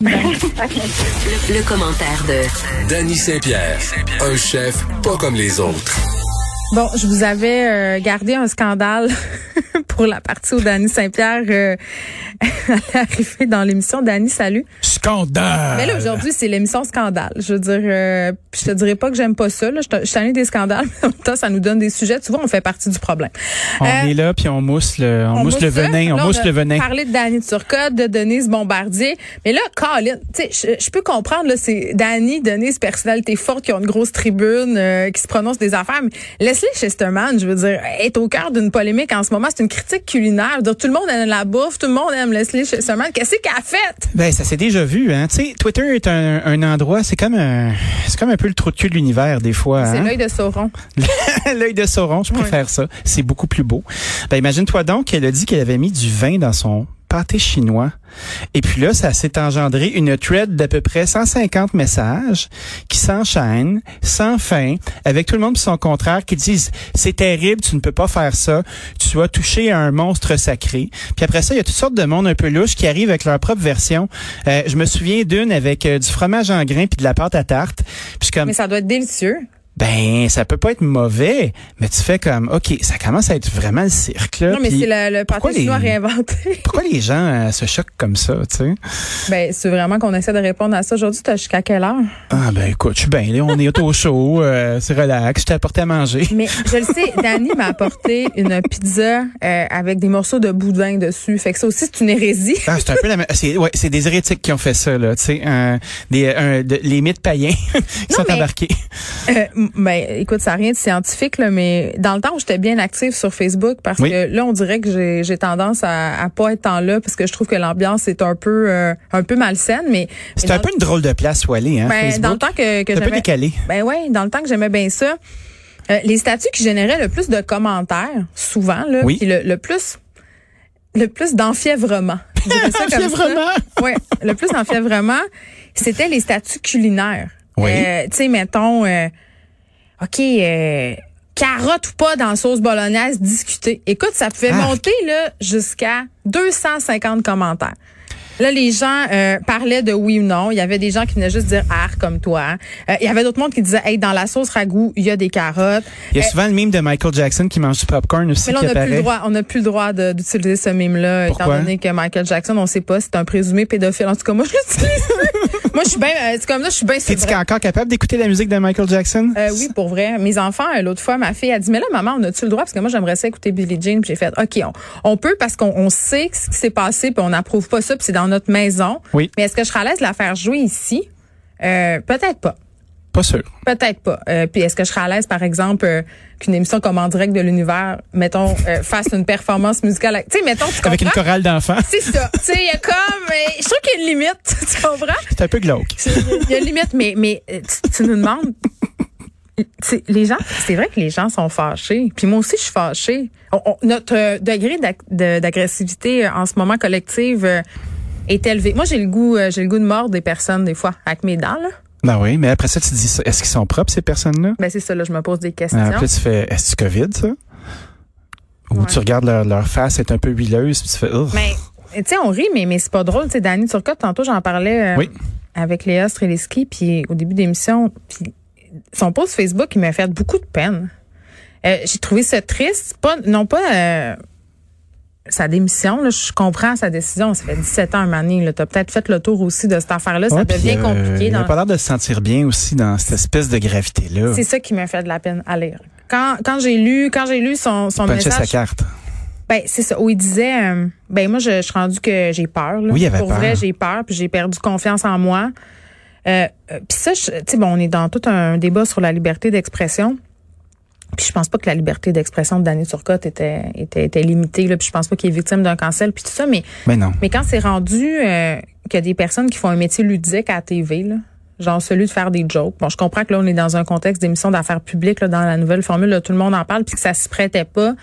Le, le commentaire de Danny Saint-Pierre, un chef pas comme les autres. Bon, je vous avais euh, gardé un scandale pour la partie où Dany Saint-Pierre euh, allait arriver dans l'émission. Dany, salut. Ah, Scandale! Mais Ben là, aujourd'hui, c'est l'émission scandale. Je veux dire, euh, je te dirais pas que j'aime pas ça. Là. Je te- Je suis tannée des scandales, mais en même temps, ça nous donne des sujets. Tu vois, on fait partie du problème. on Euh, est là, puis on mousse le, on, mousse, le ça. venin, Là, on mousse a le venin. parlé de Dany Turcotte, de Denise Bombardier. Mais là, Colin, tu sais, je je peux comprendre, là, c'est Dany, Denise, personnalité forte, qui ont une grosse tribune, euh, qui se prononcent des affaires. Mais Leslie Chesterman, je veux dire, est au cœur d'une polémique en ce moment. C'est une critique culinaire. Je veux dire, tout le monde aime la bouffe, tout le monde aime Leslie Chesterman. Qu'est-ce qu'elle a fait? Ben, ça s'est déjà vu, hein. Tu sais, Twitter est un, un endroit, c'est comme un, c'est comme un peu le trou de cul de l'univers, des fois. C'est hein. l'œil de Sauron. L'œil de Sauron, je préfère ça. C'est beaucoup plus beau. Ben, imagine-toi donc qu'elle a dit qu'elle avait mis du vin dans son pâté chinois. Et puis là, ça s'est engendré une thread d'à peu près 150 messages qui s'enchaînent, sans fin, avec tout le monde puis son contraire, qui disent « C'est terrible, tu ne peux pas faire ça, tu as touché à un monstre sacré. » Puis après ça, il y a toutes sortes de monde un peu louche qui arrivent avec leur propre version. Euh, je me souviens d'une avec euh, du fromage en grains puis de la pâte à tarte. Puis je suis comme Mais ça doit être délicieux. ben, ça peut pas être mauvais, mais tu fais comme, OK, ça commence à être vraiment le cirque, là. non, mais puis c'est le, le pourquoi pâté chinois les- réinventé. Pourquoi les gens euh, se choquent comme ça, tu sais? ben, c'est vraiment qu'on essaie de répondre à ça. Aujourd'hui, t'as jusqu'à quelle heure? Ah, ben, écoute, je suis bien, là, on est au chaud, euh, c'est relax, je t'ai apporté à manger. Mais je le sais, Dani m'a apporté une pizza euh, avec des morceaux de boudin dessus. Fait que ça aussi, c'est une hérésie. Ah, c'est un peu la même- c'est ouais, c'est des hérétiques qui ont fait ça là, tu sais, euh, des euh, de- les mythes païens qui Non, sont mais- embarqués. Euh, m- ben, écoute, ça n'a rien de scientifique, là, mais dans le temps où j'étais bien active sur Facebook, parce Oui. que là, on dirait que j'ai- j'ai tendance à, à pas être en là, parce que je trouve que l'ambiance est un peu euh, un peu malsaine, mais... C'est mais un dans- peu une drôle de place où aller hein, ben, Facebook. dans le temps que, que C'est un peu j'aimais... décalé. Ben ouais, dans le temps que j'aimais bien ça, euh, les statuts qui généraient le plus de commentaires, souvent, là, Oui. puis le, le plus le plus d'enfièvrement. Je dirais ça comme ça. Enfièvrement? Ouais, le plus d'enfièvrement, c'était les statuts culinaires. Oui. Euh, tu sais, mettons, euh, OK, euh, carottes ou pas dans la sauce bolognaise, discuter. Écoute, ça pouvait Arc. monter là jusqu'à 250 commentaires. Là, les gens euh, parlaient de oui ou non. Il y avait des gens qui venaient juste dire ah comme toi. Euh, il y avait d'autres mondes qui disaient hey dans la sauce ragoût il y a des carottes. Il y a Euh, souvent le mime de Michael Jackson qui mange du popcorn aussi mais là, qui on n'a plus apparaît. le droit, on n'a plus le droit de- d'utiliser ce mime-là, étant Pourquoi? donné que Michael Jackson, on sait pas, c'est un présumé pédophile. En tout cas, moi, je l'utilise. moi, je suis bien, euh, c'est comme ça, je suis bien sur le T'es-tu encore capable d'écouter la musique de Michael Jackson euh, oui, pour vrai. Mes enfants, euh, l'autre fois, ma fille a dit, mais là, maman, on a-tu le droit? Parce que moi, j'aimerais ça écouter Billie Jean. Puis j'ai fait, OK, on, on peut parce qu'on on sait ce qui s'est passé, puis on n'approuve pas ça, puis c'est dans notre maison. Oui. Mais est-ce que je serais à l'aise de la faire jouer ici? Euh, peut-être pas. Pas sûr. Peut-être pas. Euh, puis est-ce que je serais à l'aise, par exemple, euh, qu'une émission comme En direct de l'univers, mettons, euh, fasse une performance musicale? avec- Tu sais, mettons, tu Avec une comprends? chorale d'enfants. C'est ça. tu sais, il y a comme... euh, je trouve qu'il y a une limite, tu comprends? C'est un peu glauque. Il y a une limite, mais, mais euh, tu, tu nous demandes. Tu sais, Les gens, c'est vrai que les gens sont fâchés. Puis moi aussi, je suis fâchée. On- on- notre euh, degré d'ac- de- d'agressivité euh, en ce moment collective euh, est élevé. Moi, j'ai le goût, euh, j'ai le goût de mordre des personnes des fois avec mes dents. Là. Ben oui, mais après ça, tu te dis, est-ce qu'ils sont propres, ces personnes-là? Ben c'est ça. Là, je me pose des questions. Ah, puis là, tu fais, est-ce que COVID, ça? Ou Ouais. tu regardes leur, leur face, est un peu huileuse, puis tu fais, oh. Ouf. Mais tu sais, on rit, mais, mais c'est pas drôle. Tu sais, Dani Turcotte, tantôt, j'en parlais euh, Oui. avec Léa Streliski, puis au début de l'émission, puis son post Facebook, il m'a fait beaucoup de peine. Euh, J'ai trouvé ça triste, pas, non pas euh, sa démission, là, je comprends sa décision, ça fait 17 ans, un moment donné, là, t'as peut-être fait le tour aussi de cette affaire-là, Ouais, ça puis, devient euh, compliqué. Il dans- n'a pas l'air de se sentir bien aussi dans cette espèce de gravité-là. C'est ça qui m'a fait de la peine à lire. Quand, quand j'ai lu, quand j'ai lu son, son Puncher sa message, carte. Ben, c'est ça. Où il disait, euh, ben moi, je, je suis rendu que j'ai peur. Là. Oui, il avait Pour peur. vrai, j'ai peur, puis j'ai perdu confiance en moi. Euh, euh, puis ça, je- tu sais, bon, on est dans tout un débat sur la liberté d'expression. Puis je pense pas que la liberté d'expression de Danny Turcotte était, était, était limitée. Là, puis je pense pas qu'il est victime d'un cancel, puis tout ça. Mais, Mais non. mais quand c'est rendu euh, qu'il y a des personnes qui font un métier ludique à la TV, là, genre celui de faire des jokes. Bon, je comprends que là, on est dans un contexte d'émission d'affaires publiques, là, dans la nouvelle formule, là, tout le monde en parle, puis que ça se prêtait pas.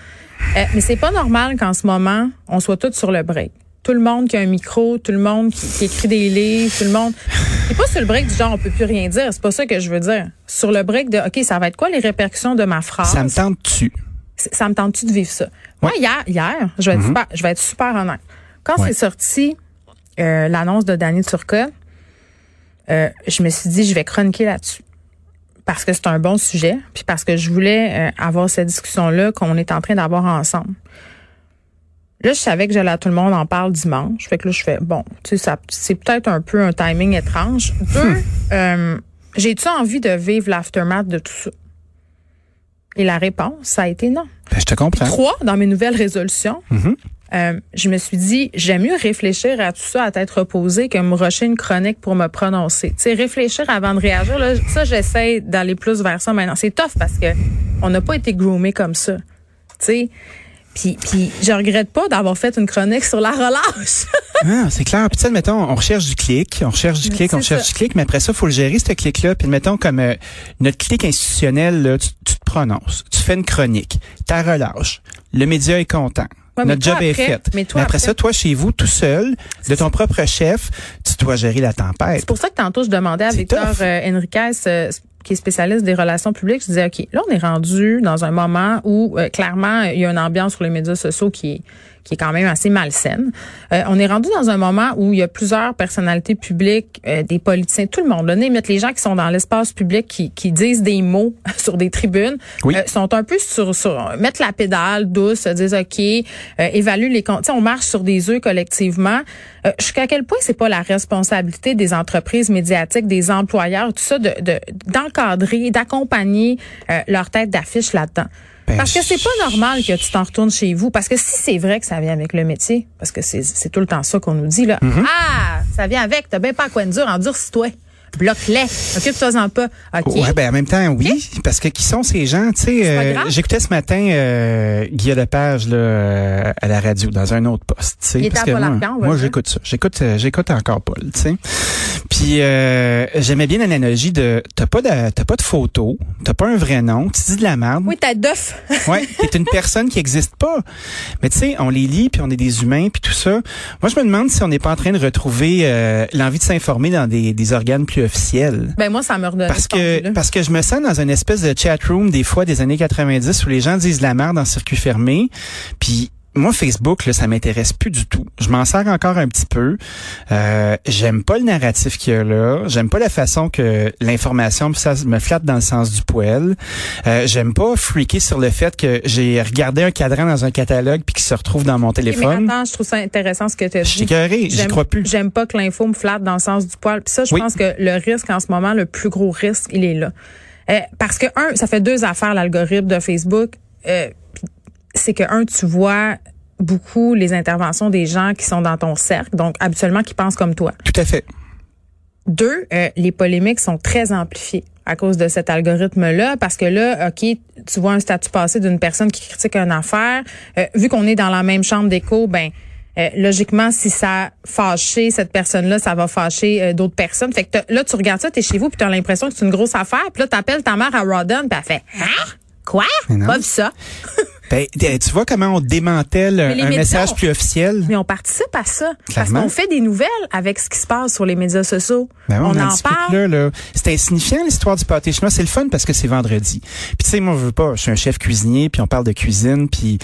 Euh, mais c'est pas normal qu'en ce moment, on soit tous sur le break. Tout le monde qui a un micro, tout le monde qui, qui écrit des livres, tout le monde. C'est pas sur le break du genre on peut plus rien dire. C'est pas ça que je veux dire. Sur le break de OK, ça va être quoi les répercussions de ma phrase? Ça me tente dessus. C- ça me tente-tu de vivre ça? Moi, hier, hier, je vais, être super, je vais être super honnête. Quand Ouais. c'est sorti euh, l'annonce de Danny Turcotte, euh, je me suis dit, je vais chroniquer là-dessus. Parce que c'est un bon sujet, puis parce que je voulais euh, avoir cette discussion-là qu'on est en train d'avoir ensemble. Là, je savais que j'allais à tout le monde en parle dimanche. Fait que là, je fais, bon, tu sais, ça- c'est peut-être un peu un timing étrange. Deux, euh, j'ai-tu envie de vivre l'aftermath de tout ça? Et la réponse, ça a été non. Ben, je te comprends. Trois, dans mes nouvelles résolutions, euh, je me suis dit, j'aime mieux réfléchir à tout ça à tête reposée que me rusher une chronique pour me prononcer. Tu sais, réfléchir avant de réagir, là, ça, j'essaie d'aller plus vers ça maintenant. C'est tough parce que on n'a pas été groomé comme ça. Tu sais, puis, puis je regrette pas d'avoir fait une chronique sur la relâche. Ah, c'est clair. Puis tu sais, mettons, on recherche du clic, on recherche du clic, on c'est recherche ça. du clic, mais après ça, faut le gérer ce clic-là. Puis mettons comme euh, notre clic institutionnel, là, tu, tu te prononces, tu fais une chronique, t'as relâche, le média est content. Ouais, mais Notre toi, job est après- fait. mais toi, après après- ça, toi, chez vous, tout seul, de ton propre chef, tu dois gérer la tempête. C'est pour ça que tantôt, je demandais à C'est Victor tough. euh, Henriquez, euh, qui est spécialiste des relations publiques, je disais, OK, là, on est rendu dans un moment où, euh, clairement, il y a une ambiance sur les médias sociaux qui est, qui est quand même assez malsaine. Euh, on est rendu dans un moment où il y a plusieurs personnalités publiques, euh, des politiciens, tout le monde, là, name it, les gens qui sont dans l'espace public, qui, qui disent des mots sur des tribunes, Euh, Oui. sont un peu sur, sur mettre la pédale douce, se disent OK, euh, évalue les comptes. Tu sais, on marche sur des œufs collectivement. Euh, Jusqu'à quel point c'est pas la responsabilité des entreprises médiatiques, des employeurs, tout ça, de de- d'encadrer, d'accompagner euh, leur tête d'affiche là-dedans. Ben, parce que c'est pas normal que tu t'en retournes chez vous. Parce que si c'est vrai que ça vient avec le métier, parce que c'est c'est tout le temps ça qu'on nous dit, là. Mm-hmm. Ah, ça vient avec, t'as bien pas à quoi nous dire, endure-toi. Bloque-les. Occupe-toi-en pas. OK. Ouais, ben en même temps, oui, parce que qui sont ces gens, tu sais, pas euh, grave. j'écoutais ce matin euh, Guillaume Lepage là, euh, à la radio dans un autre poste, Il tu sais, était parce à que Paul moi, Arcand, on va le moi dire. j'écoute ça, j'écoute euh, j'écoute encore Paul, tu sais. Puis euh, j'aimais bien l'analogie de t'as pas de t'as pas de photo, t'as pas un vrai nom, tu dis de la merde. Oui, t'as d'œuf. Ouais, t'es une personne qui existe pas. Mais tu sais, on les lit, puis on est des humains, puis tout ça. Moi, je me demande si on n'est pas en train de retrouver euh, l'envie de s'informer dans des, des organes plus officiels. Ben moi, ça me redonne. Parce cette envie-là. que, parce que je me sens dans une espèce de chat room des fois des années 90 où les gens disent la merde en circuit fermé. Puis moi, Facebook, là, ça m'intéresse plus du tout. Je m'en sers encore un petit peu. Euh, j'aime pas le narratif qu'il y a là. J'aime pas la façon que l'information ça me flatte dans le sens du poil. Euh, j'aime pas freaker sur le fait que j'ai regardé un cadran dans un catalogue puis qu'il se retrouve dans mon Ok, mais téléphone. attends, je trouve ça intéressant ce que tu as Je suis dit. écoeuré, j'y J'aime- crois plus. J'aime pas que l'info me flatte dans le sens du poil. Puis ça, je Oui. pense que le risque en ce moment, le plus gros risque, il est là. Euh, parce que, un, ça fait deux affaires, l'algorithme de Facebook. Euh, c'est que, un, tu vois beaucoup les interventions des gens qui sont dans ton cercle, donc habituellement qui pensent comme toi. Tout à fait. Deux, euh, les polémiques sont très amplifiées à cause de cet algorithme-là, parce que là, OK, tu vois un statut passé d'une personne qui critique une affaire. Euh, vu qu'on est dans la même chambre d'écho, ben euh, logiquement, si ça a fâché cette personne-là, ça va fâcher euh, d'autres personnes. Fait que t'as- là, tu regardes ça, t'es chez vous, puis t'as l'impression que c'est une grosse affaire. Puis là, t'appelles ta mère à Rodden, puis elle fait « Hein? Quoi? non. Pas vu ça? Ben, t- tu vois comment on démantèle les un médias, message on- plus officiel? » Mais on participe à ça. Clairement. Parce qu'on fait des nouvelles avec ce qui se passe sur les médias sociaux. Ben oui, on, on, en en discute parle. là, là. C'est insignifiant l'histoire du pâté chinois. C'est le fun parce que c'est vendredi. Puis tu sais, moi je veux pas. Je suis un chef cuisinier, puis on parle de cuisine, puis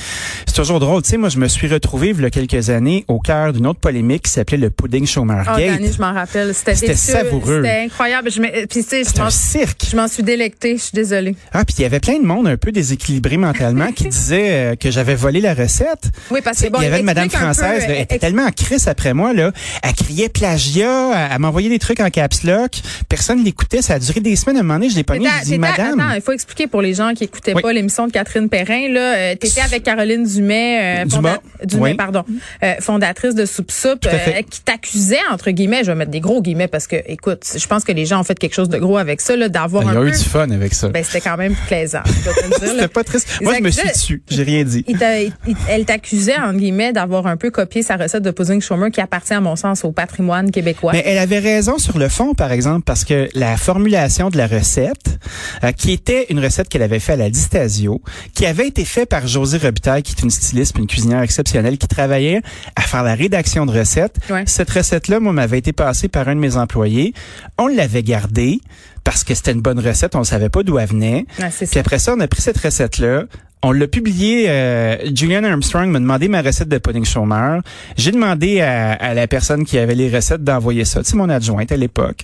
c'est toujours drôle. Tu sais, moi je me suis retrouvé il y a quelques années au cœur d'une autre polémique qui s'appelait le pudding Ah, Showmargate. Dani, je m'en rappelle. C'était C'était délicieux, savoureux. C'était incroyable. Je me- Puis, tu sais, je c'est m'en- un cirque. je m'en suis délectée. Je suis désolée. Ah, puis il y avait plein de monde un peu déséquilibré mentalement qui disait euh, que j'avais volé la recette. Oui, parce que, bon, il y avait une madame explique un peu, euh, française, là, elle était ex- tellement en crise après moi là, elle criait plagiat, elle, elle m'envoyait des trucs en caps lock, personne l'écoutait, ça a duré des semaines à un moment donné, je l'ai pognée, T'étais- je dis t'étais- madame. Attends, il faut expliquer pour les gens qui écoutaient Oui. pas l'émission de Catherine Perrin. Là, euh, t'étais avec Caroline Dumais, euh, Dumas. Dumais, Oui. pardon, euh, fondatrice de Soup Soup, à fait. euh, qui t'accusait entre guillemets, je vais mettre des gros guillemets parce que, écoute, je pense que les gens ont fait quelque chose de gros avec ça, là, d'avoir un Ben, il y a peu. eu du fun avec ça. Ben, c'était quand même plaisant. je dois te le dire, là. C'était pas triste. Moi, je me suis Exact. dessus. J'ai rien dit. Il t'a- il- elle t'accusait, entre guillemets, d'avoir un peu copié sa recette de pudding chômeur qui appartient, à mon sens, au patrimoine québécois. Mais elle avait raison sur le fond, par exemple, parce que la formulation de la recette, euh, qui était une recette qu'elle avait faite à la Distasio, qui avait été faite par José Robitaille, qui est une styliste, puis une cuisinière exceptionnelle, qui travaillait à faire la rédaction de recettes. Ouais. Cette recette-là, moi, m'avait été passée par un de mes employés. On l'avait gardée parce que c'était une bonne recette, on ne savait pas d'où elle venait. Ah, c'est Puis ça. après ça, on a pris cette recette-là. On l'a publiée. euh, Julian Armstrong m'a demandé ma recette de pudding chômeur. J'ai demandé à, à la personne qui avait les recettes d'envoyer ça. C'est mon adjointe à l'époque.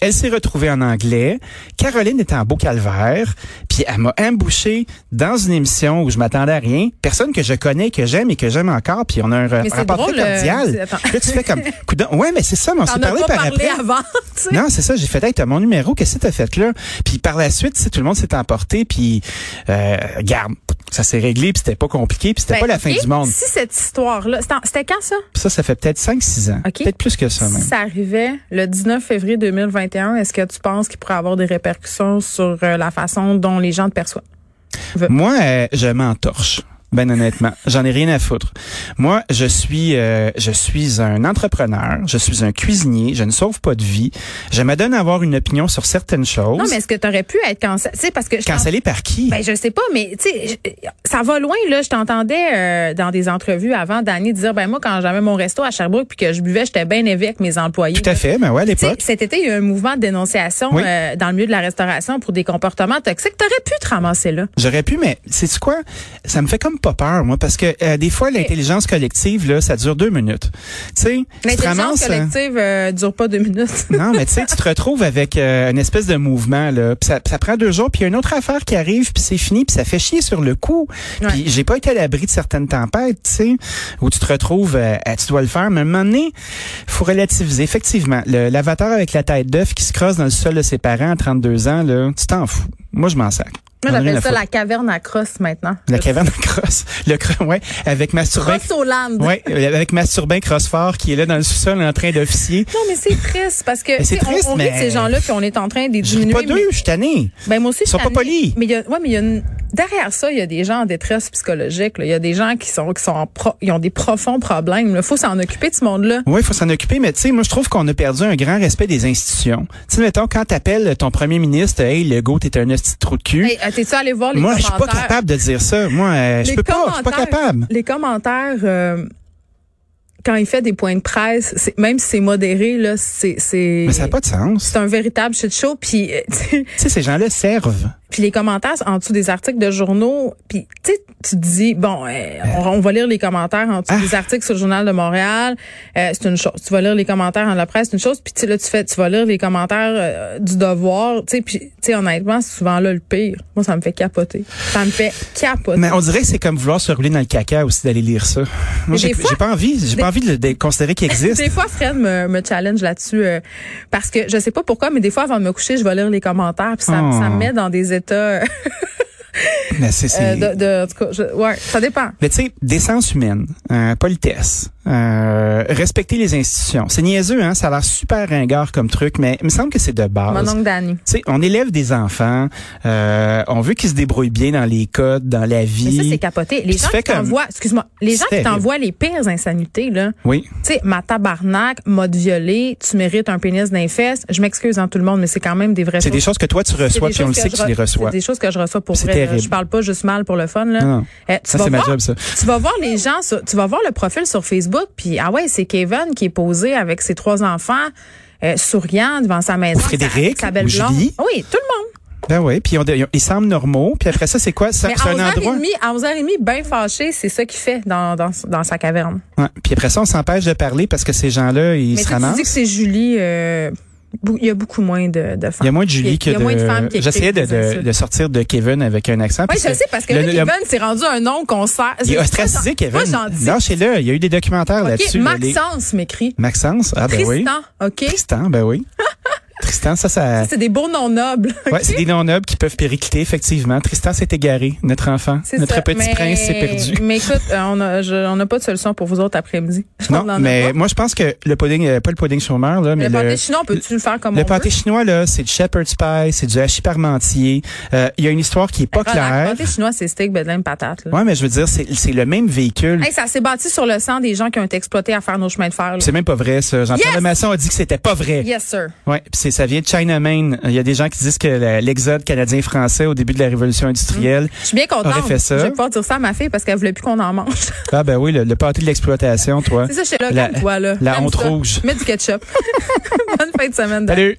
Elle s'est retrouvée en anglais. Caroline était en beau calvaire. Puis elle m'a embouché dans une émission où je m'attendais à rien. Personne que je connais, que j'aime et que j'aime encore. Puis on a un ra- Mais c'est rapport drôle, très euh, cordial. c'est- attends. Là, tu fais comme... coudonc, Ouais, mais c'est ça. Mais on T'en s'est as parlé pas par parlé après. avant, tu sais. Non, c'est ça. J'ai fait, hey, t'as mon numéro, qu'est-ce que t'as fait là? Puis par la suite, tu sais, tout le monde s'est emporté, puis euh, garde, ça s'est réglé, puis c'était pas compliqué, puis c'était Ben, pas la ok, fin du monde. Si cette histoire-là, c'était en- c'était quand ça? Ça, ça fait peut-être 5-6 ans. Ok. Peut-être plus que ça Si même. ça arrivait le 19 février 2021, est-ce que tu penses qu'il pourrait avoir des répercussions sur euh, la façon dont les gens te perçoivent? Moi, euh, je m'entorche. Ben honnêtement, j'en ai rien à foutre. Moi, je suis euh, je suis un entrepreneur, je suis un cuisinier, je ne sauve pas de vie. Je me donne à avoir une opinion sur certaines choses. Non, mais est-ce que tu aurais pu être cancellé? Tu sais, parce que je t'en- Cancellé par qui Ben, je sais pas, mais tu sais, je- ça va loin, là. Je t'entendais euh, dans des entrevues avant, Dani, dire, ben moi, quand j'avais mon resto à Sherbrooke puis que je buvais, j'étais bien éveillée avec mes employés. Tout à là. fait, ben ouais, à Tu sais, l'époque. cet été, il y a eu un mouvement de dénonciation Oui. euh, dans le milieu de la restauration pour des comportements toxiques. T'aurais pu te ramasser là. J'aurais pu, mais c'est quoi Ça me fait comme pas peur, moi, parce que euh, des fois l'intelligence collective là, ça dure deux minutes. Tu sais, tu te L'intelligence ramasses. euh, collective euh, dure pas deux minutes. non, mais tu sais, tu te retrouves avec euh, une espèce de mouvement là, puis ça, ça prend deux jours, puis il y a une autre affaire qui arrive, puis c'est fini, puis ça fait chier sur le coup. Puis Ouais. j'ai pas été à l'abri de certaines tempêtes, tu sais, où tu te retrouves, euh, à- tu dois le faire, mais à un moment donné, faut relativiser. Effectivement, le l'avatar avec la tête d'œuf qui se crosse dans le sol de ses parents à 32 ans là, tu t'en fous. Moi, je m'en sac. Moi, J'en ai rien à j'appelle ça foutre. la caverne à crosse maintenant. La caverne à crosse. Le cro- ouais, avec Masturbin. Crosse au land. Ouais, euh, avec Masturbin Crossfort qui est là dans le sous-sol en train d'officier. Non, mais c'est triste parce que Mais c'est tu sais, on- triste, on, rit de mais- ces gens-là puis on est en train de les Je ris diminuer. pas mais- d'eux, je suis tanné. Ben moi aussi, Ils sont je pas suis polis. tannée. Mais il y a, ouais, mais il y a une- derrière ça, il y a des gens en détresse psychologique. là. Il y a des gens qui sont qui sont en pro- ils ont des profonds problèmes. Il faut s'en occuper de ce monde-là. Oui, il faut s'en occuper, mais tu sais, moi, je trouve qu'on a perdu un grand respect des institutions. Tu sais, mettons, quand t'appelles ton premier ministre, hey, Legault, t'es un hostie de trou de cul. Hey, euh, T'es-tu allé voir les moi, je suis commentaires? pas capable de dire ça. Moi, euh, je Les peux pas, je suis pas commentaires- capable. Les commentaires, euh, quand il fait des points de presse, c'est- même si c'est modéré, là, c'est c'est Mais ça n'a pas de sens. c'est un véritable shit show. Puis euh, tu sais, Tu sais, ces gens-là servent. Puis les commentaires en dessous des articles de journaux, puis tu sais, tu te dis bon, euh, on, on va lire les commentaires en dessous Ah. des articles sur le journal de Montréal, euh, c'est une chose. Tu vas lire les commentaires en la presse, c'est une chose. Puis tu sais, là tu fais, tu vas lire les commentaires euh, du Devoir, tu sais, puis tu sais honnêtement, c'est souvent là le pire. Moi ça me fait capoter. Ça me fait capoter. Mais on dirait que c'est comme vouloir se rouler dans le caca aussi d'aller lire ça. Moi, Mais j'ai des fois- j'ai pas envie. J'ai pas envie de, le- de considérer qu'il existe. Des fois, Fred me, me challenge là-dessus euh, parce que je sais pas pourquoi, mais des fois avant de me coucher, je vais lire les commentaires puis ça, me- Oh. ça me met dans des états euh, Mais c'est- c'est- de, de- en tout cas, je- ouais, ça dépend. Mais tu sais, décence humaine, euh, politesse, euh, respecter les institutions. C'est niaiseux, hein? Ça a l'air super ringard comme truc, mais il me semble que Ah, c'est de Mon base. oncle Danny. Tu sais, on élève des enfants, euh, on veut qu'ils se débrouillent bien dans les codes, dans la Mais vie. ça, c'est capoté. Puis Les tu gens fais qui comme- t'envoient, excuse-moi, les gens C'est qui terrible. t'envoient les pires insanités, là. Oui. Tu sais, ma tabarnak, m'a violée, tu mérites un pénis d'un fesse. Je m'excuse en tout le monde, mais c'est quand même des vraies C'est des choses que toi, tu C'est reçois, des puis on le choses sait que je tu les re- reçois. C'est des choses que je reçois pour C'est vrai. là. terrible. Je parle pas juste mal pour le fun, là. Non, non. Eh, tu Ça, vas c'est ma voir- job, ça. Tu vas voir les gens, sur- tu vas voir le profil sur Facebook, puis ah ouais, c'est Kevin qui est posé avec ses trois enfants, euh, souriant devant sa maison. avec sa- Frédéric, avec sa belle ou blonde. Julie. Oui, tout le monde. Ben oui, puis on- ils semblent normaux, puis après ça, c'est quoi? C'est Mais c'est à un endroit... 11h30, à 11h30, bien fâché, c'est ça qu'il fait dans, dans, dans sa caverne. Ouais. Puis après ça, on s'empêche de parler parce que ces gens-là, ils Mais se toi, tu ramassent. dis que c'est Julie. euh, Bou- Il y a beaucoup moins de, de femmes. Il y a moins de Julie que Il y a moins de femmes qui J'essayais de, écrivent des de- insultes. de sortir de Kevin avec un accent. Oui, je sais, parce que le- là, le- Kevin, c'est rendu un nom qu'on sert. Il est pas ostracisé, gen- Kevin. Pas gentil. Lâchez-le. Il y a eu des documentaires OK, là-dessus. là, les- Maxence m'écrit. Maxence. Ah, ben oui. Tristan, OK? Tristan, ben oui. Tristan, ça, ça. Ça, C'est des beaux noms nobles. Ouais, c'est des noms nobles qui peuvent péricliter, effectivement. Tristan s'est égaré, notre enfant. C'est Notre ça. petit Mais- prince s'est perdu. Mais écoute, euh, on a- je- on n'a pas de solution pour vous autres après-midi. On en Non, a mais pas. moi, je pense que le pudding, euh, pas le pudding chômeur, là, le mais le, pâté chinois, on peut-tu le faire comme le on pâté veut? chinois, là, c'est du shepherd's pie, c'est du hachis parmentier. Euh, Il y a une histoire qui est pas Relax, Le claire. pâté chinois, c'est steak, bedaine, patate. là. Ouais, mais je veux dire, c'est c'est le même véhicule. Hey, ça s'est bâti sur le sang des gens qui ont été exploités à faire nos chemins de fer. là. C'est même pas vrai, ça. Jean-Pierre Yes! Lemasson a dit que c'était pas vrai. Yes, sir. Ouais, puis c'est ça vient de China Il y a des gens qui disent que la- l'exode canadien-français au début de la révolution industrielle. Je suis bien contente. Aurait fait ça. Je vais pouvoir dire ça à ma fille parce qu'elle voulait plus qu'on en mange. Ah ben oui, le, le pâté de l'exploitation, toi. c'est ça, je suis là La- comme toi, là. la J'aime honte ça. rouge. Mets du ketchup. Bonne fin de semaine. Dan. Salut.